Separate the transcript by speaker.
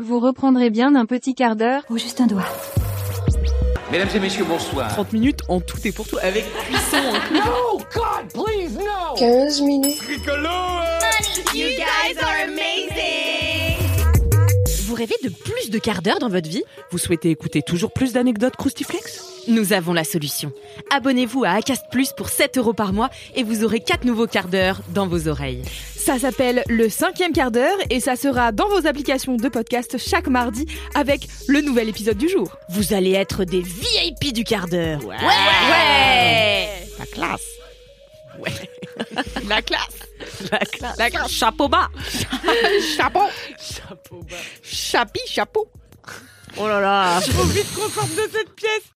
Speaker 1: Vous reprendrez bien d'un petit quart d'heure.
Speaker 2: Ou juste un doigt.
Speaker 3: Mesdames et messieurs, bonsoir.
Speaker 4: 30 minutes en tout et pour tout avec cuisson.
Speaker 5: 15 minutes.
Speaker 6: Vous rêvez de plus de quart d'heure dans votre vie
Speaker 4: Vous souhaitez écouter toujours plus d'anecdotes croustiflex
Speaker 6: Nous avons la solution. Abonnez-vous à Acast Plus pour 7 euros par mois et vous aurez 4 nouveaux quarts d'heure dans vos oreilles.
Speaker 7: Ça s'appelle le cinquième quart d'heure et ça sera dans vos applications de podcast chaque mardi avec le nouvel épisode du jour.
Speaker 6: Vous allez être des VIP du quart d'heure. Ouais,
Speaker 4: La classe. Ouais. La classe. La classe. La classe. Chapeau bas. Chapeau. Chapeau bas. Chapi, chapeau. Oh là là. J'ai envie de qu'on sorte de cette pièce.